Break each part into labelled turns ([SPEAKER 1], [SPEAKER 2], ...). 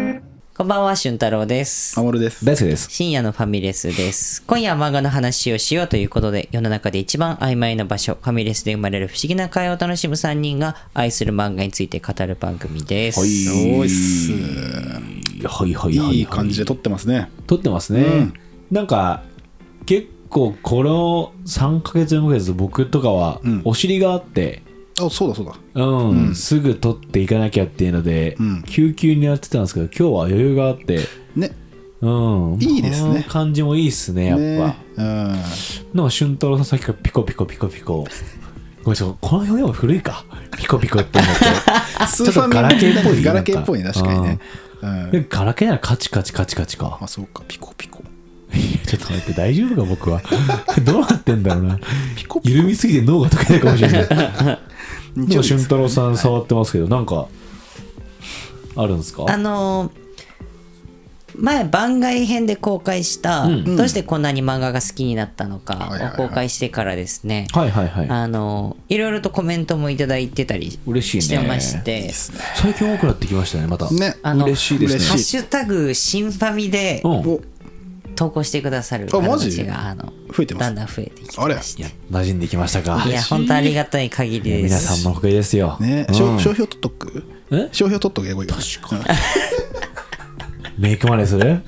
[SPEAKER 1] んばんは、俊太郎です。
[SPEAKER 2] 守です。
[SPEAKER 3] 大好きです。
[SPEAKER 1] 深夜のファミレスです。今夜は漫画の話をしようということで、世の中で一番曖昧な場所、ファミレスで生まれる不思議な会話を楽しむ3人が愛する漫画について語る番組です。
[SPEAKER 2] おーいっす。
[SPEAKER 3] はいはいはい。
[SPEAKER 2] いい感じで撮ってますね。
[SPEAKER 3] 撮ってますね。
[SPEAKER 2] うん
[SPEAKER 3] なんか、結構この3ヶ月4ヶ月僕とかは
[SPEAKER 2] うん、
[SPEAKER 3] お尻があって、
[SPEAKER 2] あ、そうだそうだ。
[SPEAKER 3] うん、すぐ撮っていかなきゃっていうので、
[SPEAKER 2] うん
[SPEAKER 3] 急急にやってたんですけど、今日は余裕があって、
[SPEAKER 2] ね。
[SPEAKER 3] うん。
[SPEAKER 2] いいですね
[SPEAKER 3] この感じもいいですね、やっぱ。
[SPEAKER 2] ねうん。
[SPEAKER 3] なんか俊太郎さんさっきからピコピコピコピコ。ごめんなさい、この表現も古いか。ピコピコって思って。
[SPEAKER 2] ス
[SPEAKER 3] ちょっとガラケーっぽい
[SPEAKER 2] ガラケーっぽいね、
[SPEAKER 3] なん
[SPEAKER 2] 確
[SPEAKER 3] か
[SPEAKER 2] かにね。うん。
[SPEAKER 3] でガラケーならカチカチカチカチか。
[SPEAKER 2] あ、そうか、ピコピコ。
[SPEAKER 3] ちょっと待って、大丈夫か、僕は。どうなってんだろうな。
[SPEAKER 2] ピコピ
[SPEAKER 3] 緩みすぎて脳が溶けないかもしれない。
[SPEAKER 2] コ。
[SPEAKER 3] でも、俊太郎さん触ってますけど、なんか、あるんですか
[SPEAKER 1] あのー前番外編で公開した、
[SPEAKER 3] うん
[SPEAKER 1] どうしてこんなに漫画が好きになったの
[SPEAKER 2] はいはい
[SPEAKER 1] か
[SPEAKER 2] はい
[SPEAKER 1] を公開してからですね、
[SPEAKER 3] はいはいはい。
[SPEAKER 1] あのーいろいろとコメントもいただいてたりし
[SPEAKER 3] 嬉しい
[SPEAKER 1] て
[SPEAKER 3] ね。
[SPEAKER 1] まして、
[SPEAKER 3] 最近多くなってきましたね、また。
[SPEAKER 2] ね。
[SPEAKER 1] あの
[SPEAKER 3] 嬉しいですね。
[SPEAKER 1] ハッ
[SPEAKER 2] 嬉し
[SPEAKER 1] シュタグ新ファミで
[SPEAKER 3] うん。
[SPEAKER 2] お、
[SPEAKER 1] 投稿してくださる
[SPEAKER 2] あ
[SPEAKER 1] 方
[SPEAKER 2] マ
[SPEAKER 1] た
[SPEAKER 2] ジ
[SPEAKER 1] ちがあの
[SPEAKER 2] 増えてま
[SPEAKER 1] だ
[SPEAKER 2] す
[SPEAKER 1] ん。だん増えてきてまし
[SPEAKER 3] い
[SPEAKER 1] て
[SPEAKER 3] や、馴染んできましたか。
[SPEAKER 1] いや本当ありがたい限り
[SPEAKER 3] いや
[SPEAKER 1] で
[SPEAKER 3] 皆
[SPEAKER 1] す
[SPEAKER 3] さんのおかげですよ。
[SPEAKER 2] ね。
[SPEAKER 3] うん
[SPEAKER 2] 商商標取っとく
[SPEAKER 3] え
[SPEAKER 2] 商標取っとけばいいよ。確か
[SPEAKER 3] メイクマネする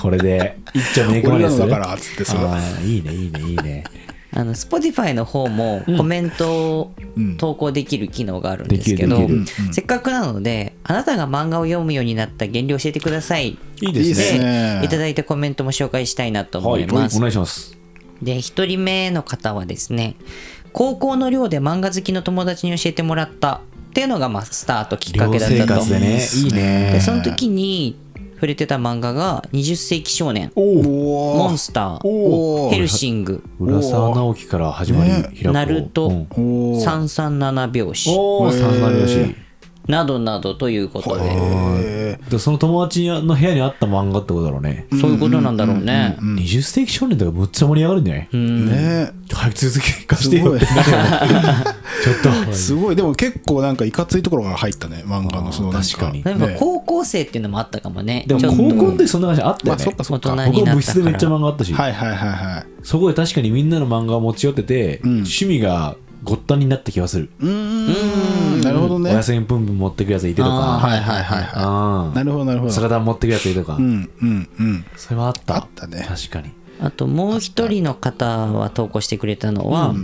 [SPEAKER 3] これで、一丁メイクマ
[SPEAKER 2] 俺
[SPEAKER 3] ネ
[SPEAKER 2] ら
[SPEAKER 3] す
[SPEAKER 2] の
[SPEAKER 3] る。
[SPEAKER 2] だから、つって
[SPEAKER 3] あ
[SPEAKER 2] さ。
[SPEAKER 3] ーいいね、いいね、いいね。
[SPEAKER 1] あの Spotify の方もコメントを投稿できる機能があるんですけ
[SPEAKER 3] で
[SPEAKER 1] ど
[SPEAKER 3] きるで
[SPEAKER 1] せっかくなのであなたが漫画を読むようになった原理を教えてください
[SPEAKER 3] いい
[SPEAKER 2] いい
[SPEAKER 3] です
[SPEAKER 2] で
[SPEAKER 3] ね。
[SPEAKER 2] すね
[SPEAKER 1] いただいたコメントも紹介したいなと思
[SPEAKER 3] はいい、お願
[SPEAKER 1] ます
[SPEAKER 3] いします。
[SPEAKER 1] で1人目の方はですね高校の寮で漫画好きの友達に教えてもらったっていうのがまあスタートきっか
[SPEAKER 3] 寮
[SPEAKER 1] けだった
[SPEAKER 3] 生
[SPEAKER 1] と
[SPEAKER 3] 活でね、いい
[SPEAKER 1] で
[SPEAKER 3] ね。
[SPEAKER 1] その時に触れてた漫画が「20世紀少年」
[SPEAKER 3] おお。
[SPEAKER 1] 「
[SPEAKER 2] お
[SPEAKER 1] モ
[SPEAKER 2] ー
[SPEAKER 1] ンスター」「
[SPEAKER 2] おー
[SPEAKER 1] ヘルシング」
[SPEAKER 3] 浦沢直樹から始まり、
[SPEAKER 2] ね
[SPEAKER 1] 「
[SPEAKER 3] 平子
[SPEAKER 1] ナル
[SPEAKER 3] う
[SPEAKER 1] ト
[SPEAKER 3] ん」
[SPEAKER 1] 「
[SPEAKER 2] おー
[SPEAKER 1] 三三七拍子
[SPEAKER 3] おお、
[SPEAKER 2] へー
[SPEAKER 3] 三丸よし。
[SPEAKER 1] などなどということで
[SPEAKER 2] へ
[SPEAKER 3] でその友達の部屋にあった漫画ってことだろうね。
[SPEAKER 1] そういうことなんだろうね。
[SPEAKER 3] 20世紀少年とかむっちゃ盛り上がるんじゃない
[SPEAKER 2] ーね。
[SPEAKER 3] 早く続け貸してよって
[SPEAKER 2] す
[SPEAKER 3] なるよねちょっと。
[SPEAKER 2] すごい、でも結構なんかいかついところが入ったね、漫画のそのなん
[SPEAKER 3] 確かに
[SPEAKER 1] なんか
[SPEAKER 2] ね
[SPEAKER 1] 高校生っていうのもあったかもね。
[SPEAKER 3] でも
[SPEAKER 1] ちょっと
[SPEAKER 3] 高校の時そんな話あった
[SPEAKER 2] ま
[SPEAKER 3] よ
[SPEAKER 2] あそ
[SPEAKER 3] ね
[SPEAKER 2] っ。かそっ
[SPEAKER 1] 大
[SPEAKER 2] か。
[SPEAKER 1] 人
[SPEAKER 2] は
[SPEAKER 1] に
[SPEAKER 2] い
[SPEAKER 3] 僕も部室でめっちゃ漫画あったし、
[SPEAKER 2] はいはいはい。
[SPEAKER 3] そこで確かにみんなの漫画を持ち寄ってて、
[SPEAKER 2] ん
[SPEAKER 3] 趣味がごったになった気がする。
[SPEAKER 2] うーん、なるほど
[SPEAKER 3] お
[SPEAKER 2] ね。
[SPEAKER 3] やすみぷんぷん持ってくやついてとか、
[SPEAKER 2] はいはいはいは
[SPEAKER 3] あ
[SPEAKER 2] い。なるほどなるほ
[SPEAKER 3] あ、
[SPEAKER 2] ど。
[SPEAKER 3] 坂田持ってくやついてとか、
[SPEAKER 2] うんうんうん。
[SPEAKER 3] それはあった。
[SPEAKER 2] あったね
[SPEAKER 3] 確かに。
[SPEAKER 1] あともう一人の方は投稿してくれたのは、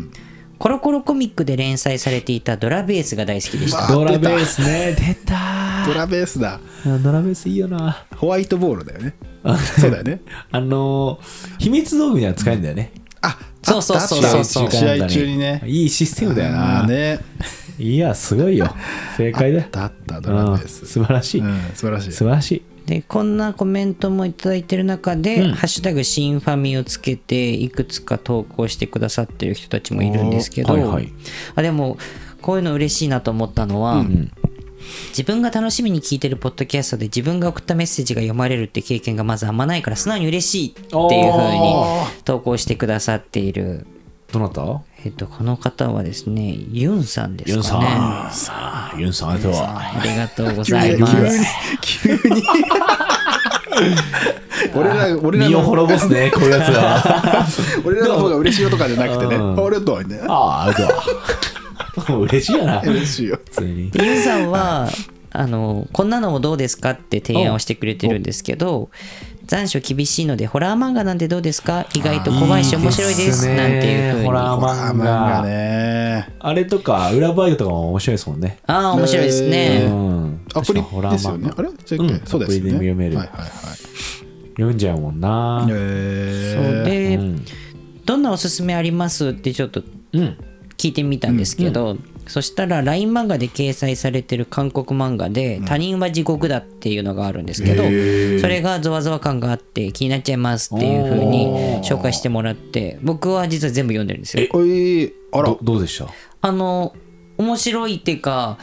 [SPEAKER 1] コロコロコミックで連載されていたドラベースが大好きでした。
[SPEAKER 2] あ
[SPEAKER 3] ドラベースね、出た
[SPEAKER 2] ドラベースだ。
[SPEAKER 3] ー。ドラベースいいよな。
[SPEAKER 2] ホワイトボールだよね。そうだよね。
[SPEAKER 3] あのー、秘密道具には使えるんだよね。
[SPEAKER 2] あ、
[SPEAKER 1] そうそうそうそうそう
[SPEAKER 2] あったあった試合中にね。
[SPEAKER 3] いいシステムだよ
[SPEAKER 2] あー
[SPEAKER 3] な。
[SPEAKER 2] ね。
[SPEAKER 3] いや、すごいよ。正解だよ。
[SPEAKER 2] あったドラベー
[SPEAKER 3] うん
[SPEAKER 2] ス。
[SPEAKER 3] 素晴らしい。
[SPEAKER 2] うん、素晴らしい。
[SPEAKER 3] 素晴らしい。
[SPEAKER 1] でこんなコメントもいただいてる中で「
[SPEAKER 3] うん
[SPEAKER 1] ハッシュタグ新ファミ」をつけていくつか投稿してくださってる人たちもいるんですけど、
[SPEAKER 3] おーはいはい
[SPEAKER 1] あでもこういうの嬉しいなと思ったのは、自分が楽しみに聞いてるポッドキャストで自分が送ったメッセージが読まれるって経験がまずあんまないから素直に嬉しいっていうふうに
[SPEAKER 3] お
[SPEAKER 1] 投稿してくださっている、
[SPEAKER 3] どなた
[SPEAKER 1] えっと、この方はですねユンさんですかね。
[SPEAKER 3] ユンさん。さあ、ユンさん、あとは。
[SPEAKER 1] ありがとうご
[SPEAKER 2] 急
[SPEAKER 1] ざい
[SPEAKER 2] に
[SPEAKER 1] ます。
[SPEAKER 2] 急に急に 俺ら俺ら
[SPEAKER 3] 身を
[SPEAKER 2] の
[SPEAKER 3] 滅ぼすね、こういうやつ は。
[SPEAKER 2] 俺らの方が嬉しいよとかじゃなくてね
[SPEAKER 3] うん
[SPEAKER 2] 俺とはね
[SPEAKER 3] ああ、あとは。嬉しいやな。普
[SPEAKER 2] 嬉しいよ
[SPEAKER 3] 通に。
[SPEAKER 1] でユンさんは、あの、こんなのもどうですかって提案をしてくれてるんですけど、残暑厳しいので、ホラー漫画なんてどうですか意外と怖いし面白いです。
[SPEAKER 3] ね
[SPEAKER 1] なんていうふうに。
[SPEAKER 3] ホラ
[SPEAKER 1] あ
[SPEAKER 3] ー漫
[SPEAKER 2] 漫画
[SPEAKER 3] 画。
[SPEAKER 2] ね
[SPEAKER 3] あれとか、裏バイトとかも面白いですもんね。
[SPEAKER 1] あー、面白いです
[SPEAKER 3] う
[SPEAKER 1] ね。
[SPEAKER 3] ん。
[SPEAKER 2] アプリ
[SPEAKER 3] 確かホラ
[SPEAKER 2] で
[SPEAKER 3] ー
[SPEAKER 2] すよ
[SPEAKER 3] 漫
[SPEAKER 2] ね
[SPEAKER 3] 画
[SPEAKER 2] あれじゃあ
[SPEAKER 3] うん
[SPEAKER 2] そうですよね
[SPEAKER 3] アプリで読める
[SPEAKER 2] はいはいはい
[SPEAKER 3] 読んじゃうもんな。
[SPEAKER 2] え
[SPEAKER 1] そう
[SPEAKER 2] ー
[SPEAKER 1] で、
[SPEAKER 3] うん。
[SPEAKER 1] どんなおすすめありますってちょっと
[SPEAKER 3] うん。
[SPEAKER 1] 聞いてみたんですけど、そしたら LINE 漫画で掲載されてる韓国漫画で「他人は地獄だ」っていうのがあるんですけど、それがゾワゾワ感があって気になっちゃいますっていう風に紹介してもらって僕は実は全部読んでるんですよ。
[SPEAKER 2] おいあら
[SPEAKER 3] どどうでした
[SPEAKER 1] あの面白いっていうか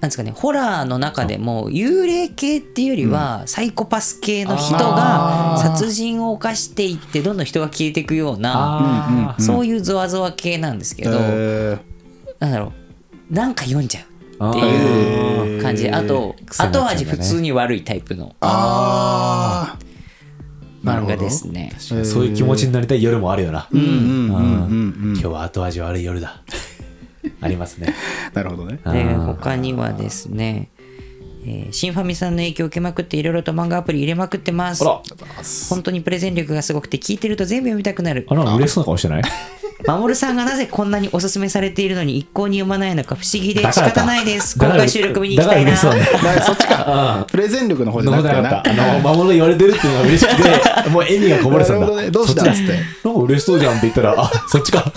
[SPEAKER 1] なんですかねホラーの中でも幽霊系っていうよりは、サイコパス系の人が殺人を犯していってどんどん人が消えていくような
[SPEAKER 3] ああ。
[SPEAKER 1] そういうゾワゾワ系なんですけど、
[SPEAKER 2] えー
[SPEAKER 1] なんだろうなんか読んじゃうっていう感じであと
[SPEAKER 3] 癖にな
[SPEAKER 1] 後
[SPEAKER 3] っちゃうんだね
[SPEAKER 1] 味普通に悪いタイプの
[SPEAKER 2] ああ
[SPEAKER 1] 漫画ですね
[SPEAKER 3] そういう気持ちになりたい夜もあるよな、
[SPEAKER 2] うんうんうんうんう
[SPEAKER 3] 今
[SPEAKER 2] ん
[SPEAKER 3] 日は後味悪い夜だありますね
[SPEAKER 2] なるほどね
[SPEAKER 1] で
[SPEAKER 3] あー
[SPEAKER 1] 他にはですね、えー、シンファミさんの影響を受けまくっていろいろと漫画アプリ入れまくってます
[SPEAKER 3] あら
[SPEAKER 1] 本当にプレゼン力がすごくて聞いてると全部読みたくなる
[SPEAKER 3] あら嬉しそうな顔してない
[SPEAKER 1] マモルさんがなぜこんなにおすすめされているのに一向に読まないのか不思議で
[SPEAKER 3] だ
[SPEAKER 1] 仕
[SPEAKER 3] からか
[SPEAKER 1] 方ないです
[SPEAKER 3] だ
[SPEAKER 1] 今
[SPEAKER 3] から
[SPEAKER 1] 回収録見に行きたいな
[SPEAKER 3] だから嬉しそう
[SPEAKER 2] だからそっちかプレゼン力の方じゃな
[SPEAKER 3] なる
[SPEAKER 2] く
[SPEAKER 3] ほ
[SPEAKER 2] て
[SPEAKER 3] ど
[SPEAKER 2] な
[SPEAKER 3] あの魔物言われてるっていうのが嬉し くてもう笑みがこぼれてたん
[SPEAKER 2] な
[SPEAKER 3] だ
[SPEAKER 2] るほどねどうした
[SPEAKER 3] そ
[SPEAKER 2] っつって
[SPEAKER 3] ちなんか嬉しそうじゃんって言ったらあそっ ちか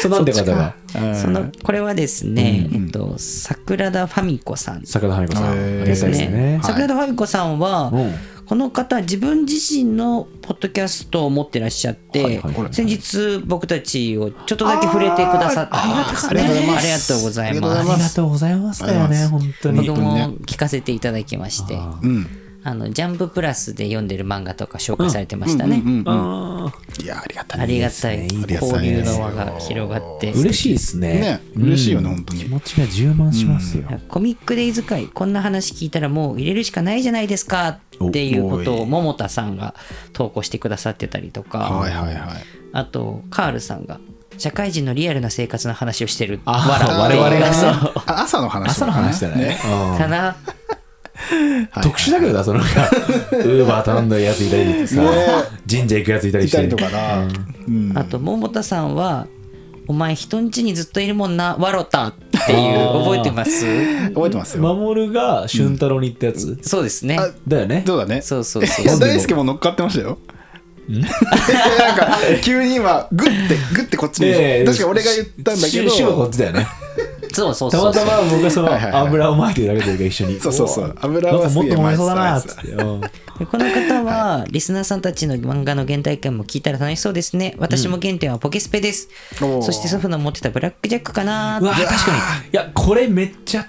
[SPEAKER 3] そうなんて方が
[SPEAKER 2] うん
[SPEAKER 1] そのこれはですね、えっと、桜田ファミコさん
[SPEAKER 3] 桜田花子さんあ
[SPEAKER 2] へー
[SPEAKER 3] りがたいですね
[SPEAKER 2] はい
[SPEAKER 1] 桜田ファミコさんは、
[SPEAKER 3] うん
[SPEAKER 1] この方自分自身のポッドキャストを持ってらっしゃって、
[SPEAKER 3] はいはいはい
[SPEAKER 1] 先日僕たちをちょっとだけ触れてくださって
[SPEAKER 2] ありがとうございます
[SPEAKER 1] ありがとうござい
[SPEAKER 2] あ
[SPEAKER 1] ます
[SPEAKER 2] りがとうございます
[SPEAKER 3] とうござい
[SPEAKER 2] あ
[SPEAKER 3] まし
[SPEAKER 2] りがとう
[SPEAKER 3] 本当
[SPEAKER 1] 僕も
[SPEAKER 2] 本当
[SPEAKER 1] 聞かせていただきましてあ
[SPEAKER 2] うん
[SPEAKER 1] のジャンププラスで読んでる漫画とか紹介されてましたね、
[SPEAKER 2] うんうん
[SPEAKER 3] あ
[SPEAKER 2] いやありがたい
[SPEAKER 1] ありがたい
[SPEAKER 3] いい
[SPEAKER 2] ですね
[SPEAKER 1] 交流の輪が広がって
[SPEAKER 3] ー嬉しいですね
[SPEAKER 2] ね嬉しいよね本当
[SPEAKER 3] 気
[SPEAKER 2] に
[SPEAKER 3] 持ちが充満しますよ、
[SPEAKER 1] コミックデイズ会こんな話聞いたらもう入れるしかないじゃないですかっていうこと
[SPEAKER 2] お
[SPEAKER 1] を桃田さんが投稿してくださってたりと
[SPEAKER 2] はい
[SPEAKER 1] か
[SPEAKER 2] はいはい
[SPEAKER 1] あとカールさんが社会人のリアルな生活の話をしてる
[SPEAKER 3] あ
[SPEAKER 1] わら
[SPEAKER 3] あ我々がさ
[SPEAKER 2] あ朝の話
[SPEAKER 3] 朝の話だね
[SPEAKER 2] ね
[SPEAKER 3] うん
[SPEAKER 1] かな
[SPEAKER 3] 特殊だけどなそ のなんかウーバー頼んだやついたりさ神社行くやついたり
[SPEAKER 2] い
[SPEAKER 3] して
[SPEAKER 2] たりとかなうん
[SPEAKER 1] あと桃田さんは「お前人んちにずっといるもんなわろた」っていう覚えてます
[SPEAKER 2] 覚えてますよ
[SPEAKER 3] 守が俊太郎に行ったやつ、
[SPEAKER 1] そうですね
[SPEAKER 2] あ
[SPEAKER 3] だよね
[SPEAKER 2] そうだね
[SPEAKER 1] そうそうそう
[SPEAKER 2] いや大輔も乗っかってましたよ。なんか急に今グッてグッてこっちに、確かに俺が言ったんだけど
[SPEAKER 3] 主はこっちだよね
[SPEAKER 1] そうそう
[SPEAKER 3] た
[SPEAKER 1] そ
[SPEAKER 3] ま
[SPEAKER 1] うそ
[SPEAKER 3] た
[SPEAKER 1] う
[SPEAKER 3] ま僕がその
[SPEAKER 2] はいはいはい
[SPEAKER 3] 油をまいてるだけというか一緒に
[SPEAKER 2] そうそうそう
[SPEAKER 3] おー
[SPEAKER 2] 油
[SPEAKER 3] な
[SPEAKER 2] は
[SPEAKER 3] ん
[SPEAKER 2] す
[SPEAKER 3] かもっ
[SPEAKER 2] げえ
[SPEAKER 3] と燃えそうだな
[SPEAKER 2] ま
[SPEAKER 3] っ
[SPEAKER 2] いて
[SPEAKER 3] つ
[SPEAKER 2] た
[SPEAKER 3] ってうん
[SPEAKER 1] でこの方はリスナーさんたちの漫画の原体験も聞いたら楽しそうですね私も原点はポケスペです、
[SPEAKER 2] おー
[SPEAKER 1] そして祖父の持ってたブラックジャックかな
[SPEAKER 3] うわ確かにいやこれめっちゃ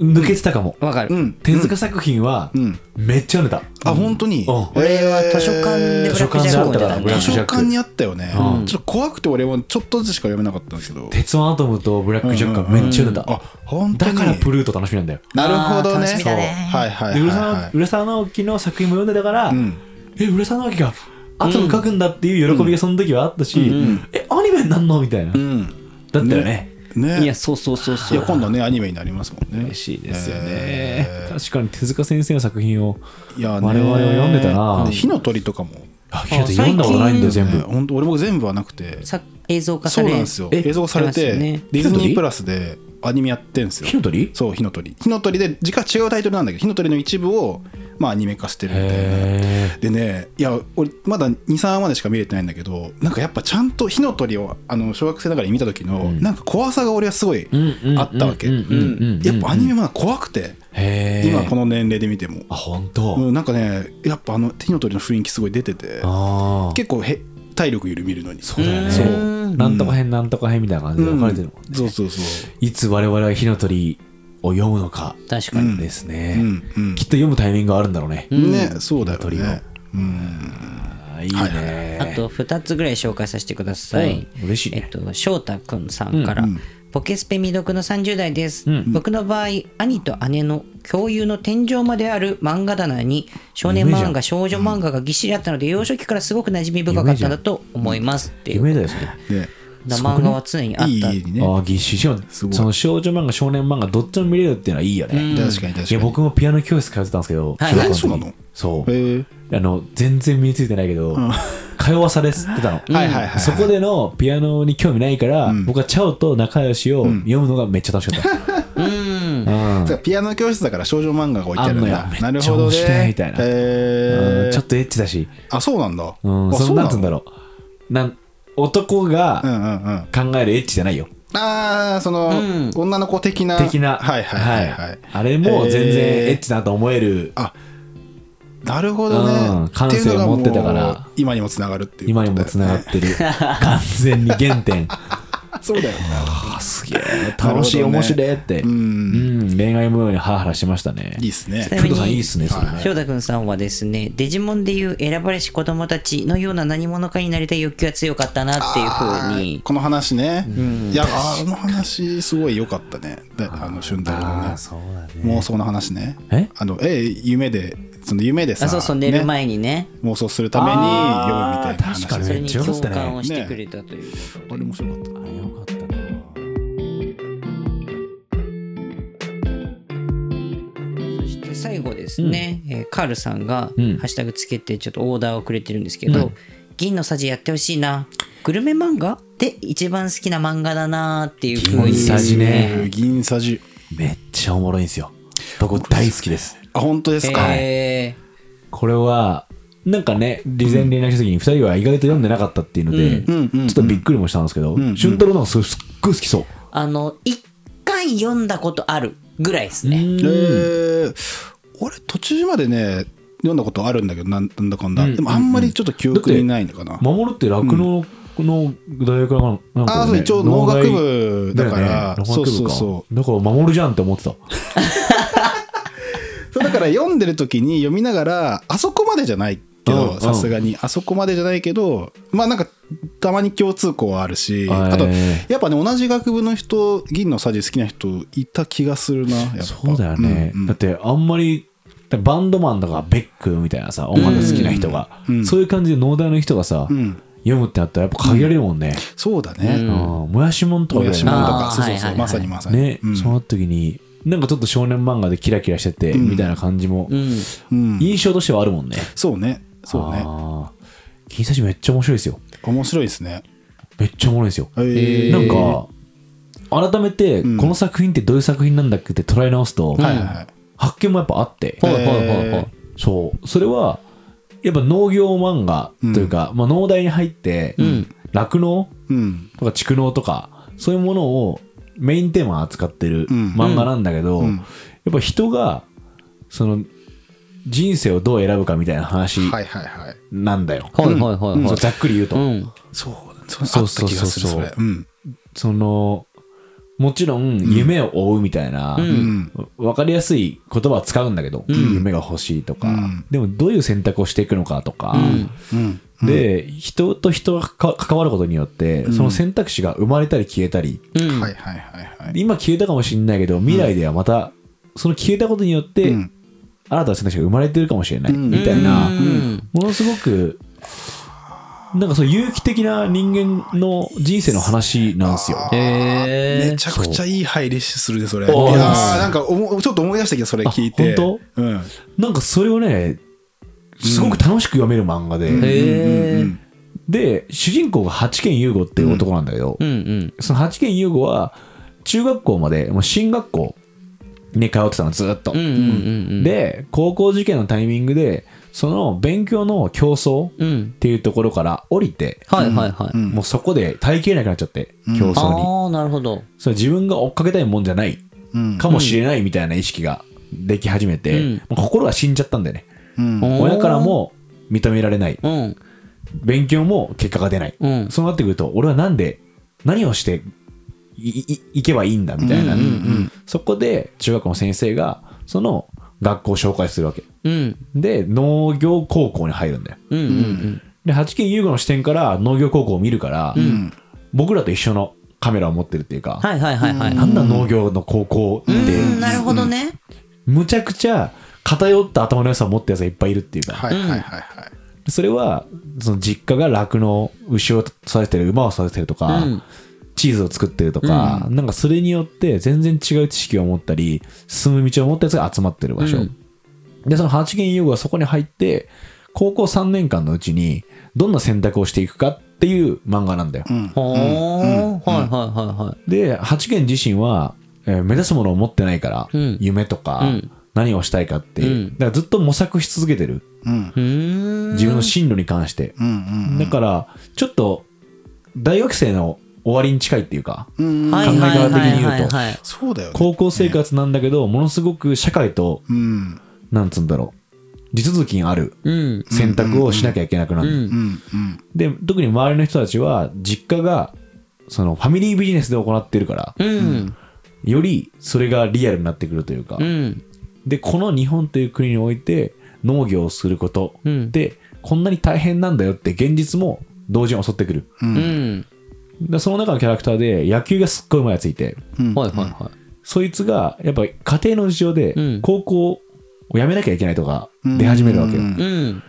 [SPEAKER 3] 抜けてたかも、
[SPEAKER 1] わかる、
[SPEAKER 2] うん
[SPEAKER 3] 手塚作品は
[SPEAKER 2] うん
[SPEAKER 3] めっちゃ抜けた、
[SPEAKER 2] あ本当に、
[SPEAKER 3] うん
[SPEAKER 1] 俺は図書館でブラックジャックを読んでたん
[SPEAKER 3] ブラ
[SPEAKER 1] で
[SPEAKER 3] ッ
[SPEAKER 2] 図
[SPEAKER 3] クジ
[SPEAKER 2] 書
[SPEAKER 3] ャック
[SPEAKER 2] 館にあったよね、
[SPEAKER 3] うん
[SPEAKER 2] ちょっと怖くて俺もちょっとずつしか読めなかったんですけど
[SPEAKER 3] 鉄腕アトムとブラックジャックがめっちゃ抜けた、
[SPEAKER 2] あ本当
[SPEAKER 3] だ
[SPEAKER 2] に
[SPEAKER 3] からプルート楽しみなんだよ
[SPEAKER 2] なるほど
[SPEAKER 1] あー
[SPEAKER 2] ね
[SPEAKER 1] 楽しみだね
[SPEAKER 2] そうはいはいは
[SPEAKER 3] で
[SPEAKER 2] い
[SPEAKER 3] 浦
[SPEAKER 2] は
[SPEAKER 3] 沢
[SPEAKER 2] い
[SPEAKER 3] 浦沢直樹の作品も読んでたから、
[SPEAKER 2] ん
[SPEAKER 3] え浦沢直樹がアトム書くんだっていう喜びがその時はあったし、えアニメになんのみたいな、
[SPEAKER 2] うん
[SPEAKER 3] だったよね
[SPEAKER 2] ね
[SPEAKER 1] いやそうそうそう
[SPEAKER 2] い
[SPEAKER 1] そ
[SPEAKER 2] や
[SPEAKER 1] う
[SPEAKER 2] 今度ねアニメになりますもんね
[SPEAKER 3] 嬉しいですよね、
[SPEAKER 2] え
[SPEAKER 3] 確かに手塚先生の作品を
[SPEAKER 2] ーいやね
[SPEAKER 3] 我々は読んでたな
[SPEAKER 2] で火の鳥とかも、
[SPEAKER 3] あけど読んだことないんだよ全
[SPEAKER 2] ね、
[SPEAKER 3] 部
[SPEAKER 2] 本当俺も全部はなくて
[SPEAKER 1] さ映像化さ
[SPEAKER 2] そう
[SPEAKER 1] れ
[SPEAKER 2] なんですよ
[SPEAKER 3] え
[SPEAKER 2] 映像化され
[SPEAKER 1] して
[SPEAKER 2] て、
[SPEAKER 1] ますよね
[SPEAKER 2] ディズ
[SPEAKER 3] 火の
[SPEAKER 2] ニ
[SPEAKER 3] 鳥
[SPEAKER 2] ープラスでアニメやってんですよ
[SPEAKER 3] 火の鳥
[SPEAKER 2] そう火の鳥火の鳥で時間違うタイトルなんだけど火の鳥の一部をまあアニメ化してるみたいな
[SPEAKER 3] へ
[SPEAKER 2] でねいや俺まだ23話までしか見れてないんだけどなんかやっぱちゃんと火の鳥をあの小学生ながらに見た時の、なんか怖さが俺はすごい
[SPEAKER 3] んうんうん
[SPEAKER 2] あったわけ
[SPEAKER 3] う
[SPEAKER 2] うん
[SPEAKER 3] うんうん
[SPEAKER 2] んやっぱアニメまだ怖くて、
[SPEAKER 3] え
[SPEAKER 2] 今この年齢で見ても、
[SPEAKER 3] あ本当、
[SPEAKER 2] うん、なんかねやっぱあの火の鳥の雰囲気すごい出てて
[SPEAKER 3] ああ
[SPEAKER 2] 結構へ体力緩みるのに
[SPEAKER 3] そうだよね
[SPEAKER 2] そう
[SPEAKER 1] うん
[SPEAKER 3] なんとか編なんとか編みたいな感じで分かれてるもん、
[SPEAKER 2] うんそうそうそう
[SPEAKER 3] いつ我々は火の鳥を読むのか
[SPEAKER 1] 確かに、
[SPEAKER 2] うん
[SPEAKER 3] ですね、
[SPEAKER 2] うんうん
[SPEAKER 3] きっと読むタイミングがあるんだろうね、
[SPEAKER 2] ね、そうだよ
[SPEAKER 3] 鳥の
[SPEAKER 2] ね。うん。
[SPEAKER 3] あーいいね、
[SPEAKER 2] はい
[SPEAKER 1] あと2つぐらい紹介させてください、
[SPEAKER 3] うん嬉しいね
[SPEAKER 1] えっと翔太くんさんから、ポケスペ未読の30代です、僕の場合兄と姉の共有の天井まである漫画棚に少年
[SPEAKER 3] 夢
[SPEAKER 1] 漫
[SPEAKER 3] じゃ
[SPEAKER 1] 画少女漫画がぎっしりあったので幼少期からすごく馴染み深かったんだと思いますっていう
[SPEAKER 3] 夢だよそれ
[SPEAKER 2] で、
[SPEAKER 1] 漫画は常にあっ
[SPEAKER 2] いい
[SPEAKER 1] た
[SPEAKER 2] 家にね。
[SPEAKER 3] ああ、ぎっしりしかも
[SPEAKER 2] すごい
[SPEAKER 3] その少女漫画、少年漫画、どっちも見れるっていうのはいいよね。
[SPEAKER 2] 確かに確
[SPEAKER 3] い
[SPEAKER 2] か
[SPEAKER 3] や、
[SPEAKER 2] に。
[SPEAKER 3] 僕もピアノ教室通ってたんですけど、
[SPEAKER 1] はい
[SPEAKER 3] 小学校
[SPEAKER 2] そうな
[SPEAKER 3] 時
[SPEAKER 2] の
[SPEAKER 3] そ
[SPEAKER 2] へえ
[SPEAKER 3] う。あの、全然身についてないけど、通わされてたの。
[SPEAKER 2] はいはいはい。
[SPEAKER 3] そこでのピアノに興味ないから、僕はチャオと仲良しを読むのがめっちゃ楽しかった。
[SPEAKER 1] うん
[SPEAKER 3] うん
[SPEAKER 2] そうかピアノ教室だから少女漫画が置いてあるん
[SPEAKER 3] あん
[SPEAKER 2] だ
[SPEAKER 3] のよ。
[SPEAKER 2] なるほど
[SPEAKER 3] めっちゃ面白い
[SPEAKER 2] ね。
[SPEAKER 3] みたいな
[SPEAKER 2] へ
[SPEAKER 3] う
[SPEAKER 2] え
[SPEAKER 3] んちょっとエッチだし、
[SPEAKER 2] あ、そうなんだ。
[SPEAKER 3] うん、
[SPEAKER 2] あ
[SPEAKER 3] そのなんつ
[SPEAKER 2] の
[SPEAKER 3] うんだろう。なん男
[SPEAKER 2] うん
[SPEAKER 3] が
[SPEAKER 2] うんうん。
[SPEAKER 3] 考えるエッチじゃないよ。
[SPEAKER 2] ああ、その
[SPEAKER 1] うん、
[SPEAKER 2] 女の子的な。
[SPEAKER 3] 的な。
[SPEAKER 2] はいはいはいはい。
[SPEAKER 3] あれも全然
[SPEAKER 2] へー
[SPEAKER 3] エッチだと思える
[SPEAKER 2] なるほど
[SPEAKER 3] うん
[SPEAKER 2] ね。
[SPEAKER 3] 感性を持ってた
[SPEAKER 2] てい
[SPEAKER 3] から
[SPEAKER 2] うのがもう今にもつながるっていうこ
[SPEAKER 3] 今
[SPEAKER 2] とだよね。
[SPEAKER 3] にもつながってる完全に原点
[SPEAKER 2] そうだよ
[SPEAKER 3] あすげえ
[SPEAKER 2] なるほどね
[SPEAKER 3] 楽しい面白いって、
[SPEAKER 2] な。う。
[SPEAKER 3] うんん、恋愛模様にハラハラしましたね
[SPEAKER 2] いいっすね
[SPEAKER 1] ち。な
[SPEAKER 3] 工
[SPEAKER 1] み
[SPEAKER 3] 藤さんいい
[SPEAKER 1] に
[SPEAKER 3] っすねそれね、
[SPEAKER 1] 翔太くんさんはですねデジモンでいう選ばれし子供たちのような何者かになりたい欲求が強かったなっていうふうに
[SPEAKER 2] この話ね。いや、あの話、すごい良かったね。であの、俊太郎のね
[SPEAKER 3] あ。そうだね
[SPEAKER 2] 妄想の話ね。
[SPEAKER 3] え
[SPEAKER 2] あの、え、夢で、その夢でさ、
[SPEAKER 1] あそうそう寝る
[SPEAKER 2] ね
[SPEAKER 1] 前にね
[SPEAKER 2] 妄想するために読むみたいな話。
[SPEAKER 3] あー確かに
[SPEAKER 1] それに共
[SPEAKER 3] めっちゃ良かった
[SPEAKER 1] 感
[SPEAKER 3] ね
[SPEAKER 1] をしてくれたということ
[SPEAKER 2] あ
[SPEAKER 1] で、
[SPEAKER 2] れ面白かった。
[SPEAKER 3] あよかったな
[SPEAKER 1] そして最後ですね、えーカールさんが
[SPEAKER 3] うん
[SPEAKER 1] ハッシュタグつけてちょっとオーダーをくれてるんですけど、
[SPEAKER 3] うん
[SPEAKER 1] 銀のさじやってほしいなグルメ漫画で一番好きな漫画だなっていうふうに
[SPEAKER 3] 銀さじね
[SPEAKER 2] 銀さじ。
[SPEAKER 3] めっちゃおもろいんですよ僕大好きです
[SPEAKER 2] あ、本当ですか。
[SPEAKER 1] え
[SPEAKER 3] これはなんかね事前連絡した時に2人は意外と読んでなかったっていうので、
[SPEAKER 2] うんうんうん
[SPEAKER 3] ちょっとびっくりもしたんですけど、
[SPEAKER 2] んうん
[SPEAKER 3] 俊太郎なんかすすっごい好きそう、
[SPEAKER 1] ーあの一回読んだことあるぐらいです
[SPEAKER 3] う
[SPEAKER 1] ね、
[SPEAKER 2] えー、俺途中までね読んだことあるんだけどなんなんだかんだ、
[SPEAKER 3] うん
[SPEAKER 2] でもあんまりちょっと記憶にないのかな、
[SPEAKER 3] 守るって酪農の大学なんか、ね
[SPEAKER 2] ああそう一応農学部だから、
[SPEAKER 3] 農学
[SPEAKER 2] そ
[SPEAKER 3] 部
[SPEAKER 2] うそうそう
[SPEAKER 3] だから守るじゃんって思ってた
[SPEAKER 2] そうだから読んでる時に読みながらあそこまでじゃないけ
[SPEAKER 3] うんう
[SPEAKER 2] ど
[SPEAKER 3] ん
[SPEAKER 2] さすがにあそこまでじゃないけどまあなんかたまに共通項はあるしあと
[SPEAKER 3] え
[SPEAKER 2] やっぱね同じ学部の人銀のさじ好きな人いた気がするなやっぱ
[SPEAKER 3] そうだよね、
[SPEAKER 2] うんうん
[SPEAKER 3] だってあんまりバンドマンとかベックみたいなさ音楽好きな人が、
[SPEAKER 2] うん
[SPEAKER 3] そういう感じで農大の人がさ、
[SPEAKER 2] うん
[SPEAKER 3] 読むってなったらやっぱ限られるもんね、
[SPEAKER 2] そうだね、
[SPEAKER 1] うん
[SPEAKER 3] あーもやしもんとか
[SPEAKER 2] もや
[SPEAKER 3] だよね
[SPEAKER 2] しもんとか
[SPEAKER 1] あー
[SPEAKER 2] そうそうそう、
[SPEAKER 1] はいはいはい
[SPEAKER 2] まさにまさに
[SPEAKER 3] ね、
[SPEAKER 2] うん
[SPEAKER 3] その時になんかちょっと少年漫画でキラキラしてて、
[SPEAKER 2] うん
[SPEAKER 3] みたいな感じも、
[SPEAKER 1] うん
[SPEAKER 2] うん
[SPEAKER 3] 印象としてはあるもんね
[SPEAKER 2] そうねそうね
[SPEAKER 3] あー金差しめっちゃ面白いですよ
[SPEAKER 2] 面白いですね。
[SPEAKER 3] めっちゃおもろいですよ
[SPEAKER 2] え
[SPEAKER 1] ー
[SPEAKER 3] なんか改めてこ
[SPEAKER 2] うん
[SPEAKER 3] の作品ってどういう作品なんだっけって捉え直すと、
[SPEAKER 2] はいはいはい。
[SPEAKER 3] 発見もやっぱあって、
[SPEAKER 1] ほいほいほいほい
[SPEAKER 2] え
[SPEAKER 3] そうそれはやっぱ農業漫画というか、まあ、農大に入って
[SPEAKER 1] うん
[SPEAKER 3] 酪農、
[SPEAKER 2] うん。
[SPEAKER 3] とか畜農とかそういうものをメインテーマに扱ってる
[SPEAKER 2] うん
[SPEAKER 3] 漫画なんだけど、
[SPEAKER 2] うん
[SPEAKER 3] やっぱ人がその人生をどう選ぶかみたいな話
[SPEAKER 2] はいはいはい。
[SPEAKER 3] なんだよ、
[SPEAKER 1] ほいほいほい
[SPEAKER 3] そ
[SPEAKER 1] ほ
[SPEAKER 3] う
[SPEAKER 1] い
[SPEAKER 3] ざっくり言うと、
[SPEAKER 1] うん
[SPEAKER 2] そうそう
[SPEAKER 3] そ
[SPEAKER 2] そうう
[SPEAKER 3] そ
[SPEAKER 2] そう
[SPEAKER 3] そう
[SPEAKER 2] うそれ。うん。
[SPEAKER 3] そのもちろん夢を追うみたいな、
[SPEAKER 1] うん
[SPEAKER 2] うん。
[SPEAKER 3] 分かりやすい言葉は使うんだけど、
[SPEAKER 1] ん
[SPEAKER 3] 夢が欲しいとか、
[SPEAKER 2] うん
[SPEAKER 3] でもどういう選択をしていくのかとか、
[SPEAKER 1] うん
[SPEAKER 2] うん。
[SPEAKER 3] で人と人がか関わることによって、その選択肢が生まれたり消えたり、
[SPEAKER 1] うん
[SPEAKER 2] はいはいはいはい。
[SPEAKER 3] 今消えたかもしれないけど未来ではまたその消えたことによって、
[SPEAKER 2] うん
[SPEAKER 3] 新たな選択肢が生まれてるかもしれない、
[SPEAKER 2] うん
[SPEAKER 3] みたいな、
[SPEAKER 1] うん
[SPEAKER 3] ものすごくなんかそう有機的な人間の人生の話なんですよ。
[SPEAKER 1] へー
[SPEAKER 2] めちゃくちゃいい入りするね、それ。いや
[SPEAKER 3] そう
[SPEAKER 2] ーなんかおもちょっと思い出したけど、それ聞いて。
[SPEAKER 3] あ本
[SPEAKER 2] 当うん。
[SPEAKER 3] なんかそれをねすごく楽しく読める漫画で、
[SPEAKER 1] へー
[SPEAKER 2] うん
[SPEAKER 3] で主人公が八軒優吾っていう男なんだけど、
[SPEAKER 1] うんうん
[SPEAKER 3] その八軒優吾は中学校までもう進学校に通ってたのずっと、
[SPEAKER 1] うんうんうんうん
[SPEAKER 3] で高校受験のタイミングでその勉強の競争っ
[SPEAKER 1] うん
[SPEAKER 3] ていうところから降りて、
[SPEAKER 1] はいはいはい、
[SPEAKER 2] うん
[SPEAKER 3] もうそこで耐えきれなくなっちゃって、競争に
[SPEAKER 1] ああなるほど
[SPEAKER 3] それ自分が追っかけたいもんじゃない
[SPEAKER 2] うん
[SPEAKER 3] かもしれないみたいな意識ができ始めて、
[SPEAKER 1] うん
[SPEAKER 3] もう心が死んじゃったんだよね
[SPEAKER 2] うん
[SPEAKER 1] おー
[SPEAKER 3] 親からも認められない
[SPEAKER 1] うん
[SPEAKER 3] 勉強も結果が出ない、
[SPEAKER 1] うん
[SPEAKER 3] そうなってくると俺はなんで何をしていいいいけばいいんだみたいな、
[SPEAKER 1] うんうんうん
[SPEAKER 3] そこで中学の先生がその学校を紹介するわけ
[SPEAKER 1] うん
[SPEAKER 3] で農業高校に入るんだよ
[SPEAKER 1] うんうん
[SPEAKER 3] で八軒優吾の視点から農業高校を見るから、
[SPEAKER 2] うん
[SPEAKER 3] 僕らと一緒のカメラを持ってるっていうか、
[SPEAKER 1] はいはいはいはい。
[SPEAKER 3] なんだ農業の高校って、
[SPEAKER 1] うんなるほどね。
[SPEAKER 3] むちゃくちゃ偏った頭の良さを持ったやつがいっぱいいるっていうか、
[SPEAKER 2] はいはいはいはい。
[SPEAKER 3] それはその実家が酪農牛を育ててる馬を育ててるとか、
[SPEAKER 1] うん
[SPEAKER 3] チーズを作ってるとか、なんかそれによって全然違う知識を持ったり進む道を持ったやつが集まってる場所、
[SPEAKER 1] うん
[SPEAKER 3] でその八軒優吾がそこに入って高校3年間のうちにどんな選択をしていくかっていう漫画なんだよ、
[SPEAKER 2] うん
[SPEAKER 1] ほー
[SPEAKER 2] うん
[SPEAKER 1] はいはいはいはい。
[SPEAKER 3] で八軒自身は、えー目指すものを持ってないから、
[SPEAKER 1] うん
[SPEAKER 3] 夢とか、
[SPEAKER 1] うん
[SPEAKER 3] 何をしたいかって、
[SPEAKER 1] うん
[SPEAKER 3] だからずっと模索し続けてる
[SPEAKER 2] うん
[SPEAKER 1] うーん。
[SPEAKER 3] 自分の進路に関して、
[SPEAKER 2] うんうん
[SPEAKER 3] だからちょっと大学生の終わりに近いっていうか
[SPEAKER 2] うんうん
[SPEAKER 1] はい
[SPEAKER 3] 考え
[SPEAKER 1] はい
[SPEAKER 3] 方的
[SPEAKER 1] は
[SPEAKER 3] に
[SPEAKER 1] い
[SPEAKER 3] 言うと
[SPEAKER 1] はいはい。
[SPEAKER 2] そうだよね。
[SPEAKER 3] 高校生活なんだけど、ものすごく社会と
[SPEAKER 2] うん
[SPEAKER 3] なんつうんだろう地続きにある
[SPEAKER 1] うん。
[SPEAKER 3] 選択をしなきゃいけなくな
[SPEAKER 1] う
[SPEAKER 3] る、
[SPEAKER 1] ん
[SPEAKER 2] うんうん
[SPEAKER 3] で特に周りの人たちは実家がそのファミリービジネスで行ってるから、
[SPEAKER 1] うん
[SPEAKER 3] よりそれがリアルになってくるというか、
[SPEAKER 1] うん
[SPEAKER 3] でこの日本という国において農業をすること
[SPEAKER 1] うん
[SPEAKER 3] でこんなに大変なんだよって現実も同時に襲ってくる
[SPEAKER 1] うんうん
[SPEAKER 3] でその中のキャラクターで野球がすっごいうまいやついて
[SPEAKER 2] うん
[SPEAKER 1] はいはいはい
[SPEAKER 3] そいつがやっぱ家庭の事情で
[SPEAKER 1] うん
[SPEAKER 3] 高校を辞めなきゃいけないとか
[SPEAKER 2] うん
[SPEAKER 3] 出始めるわけよ、
[SPEAKER 2] うん
[SPEAKER 1] うん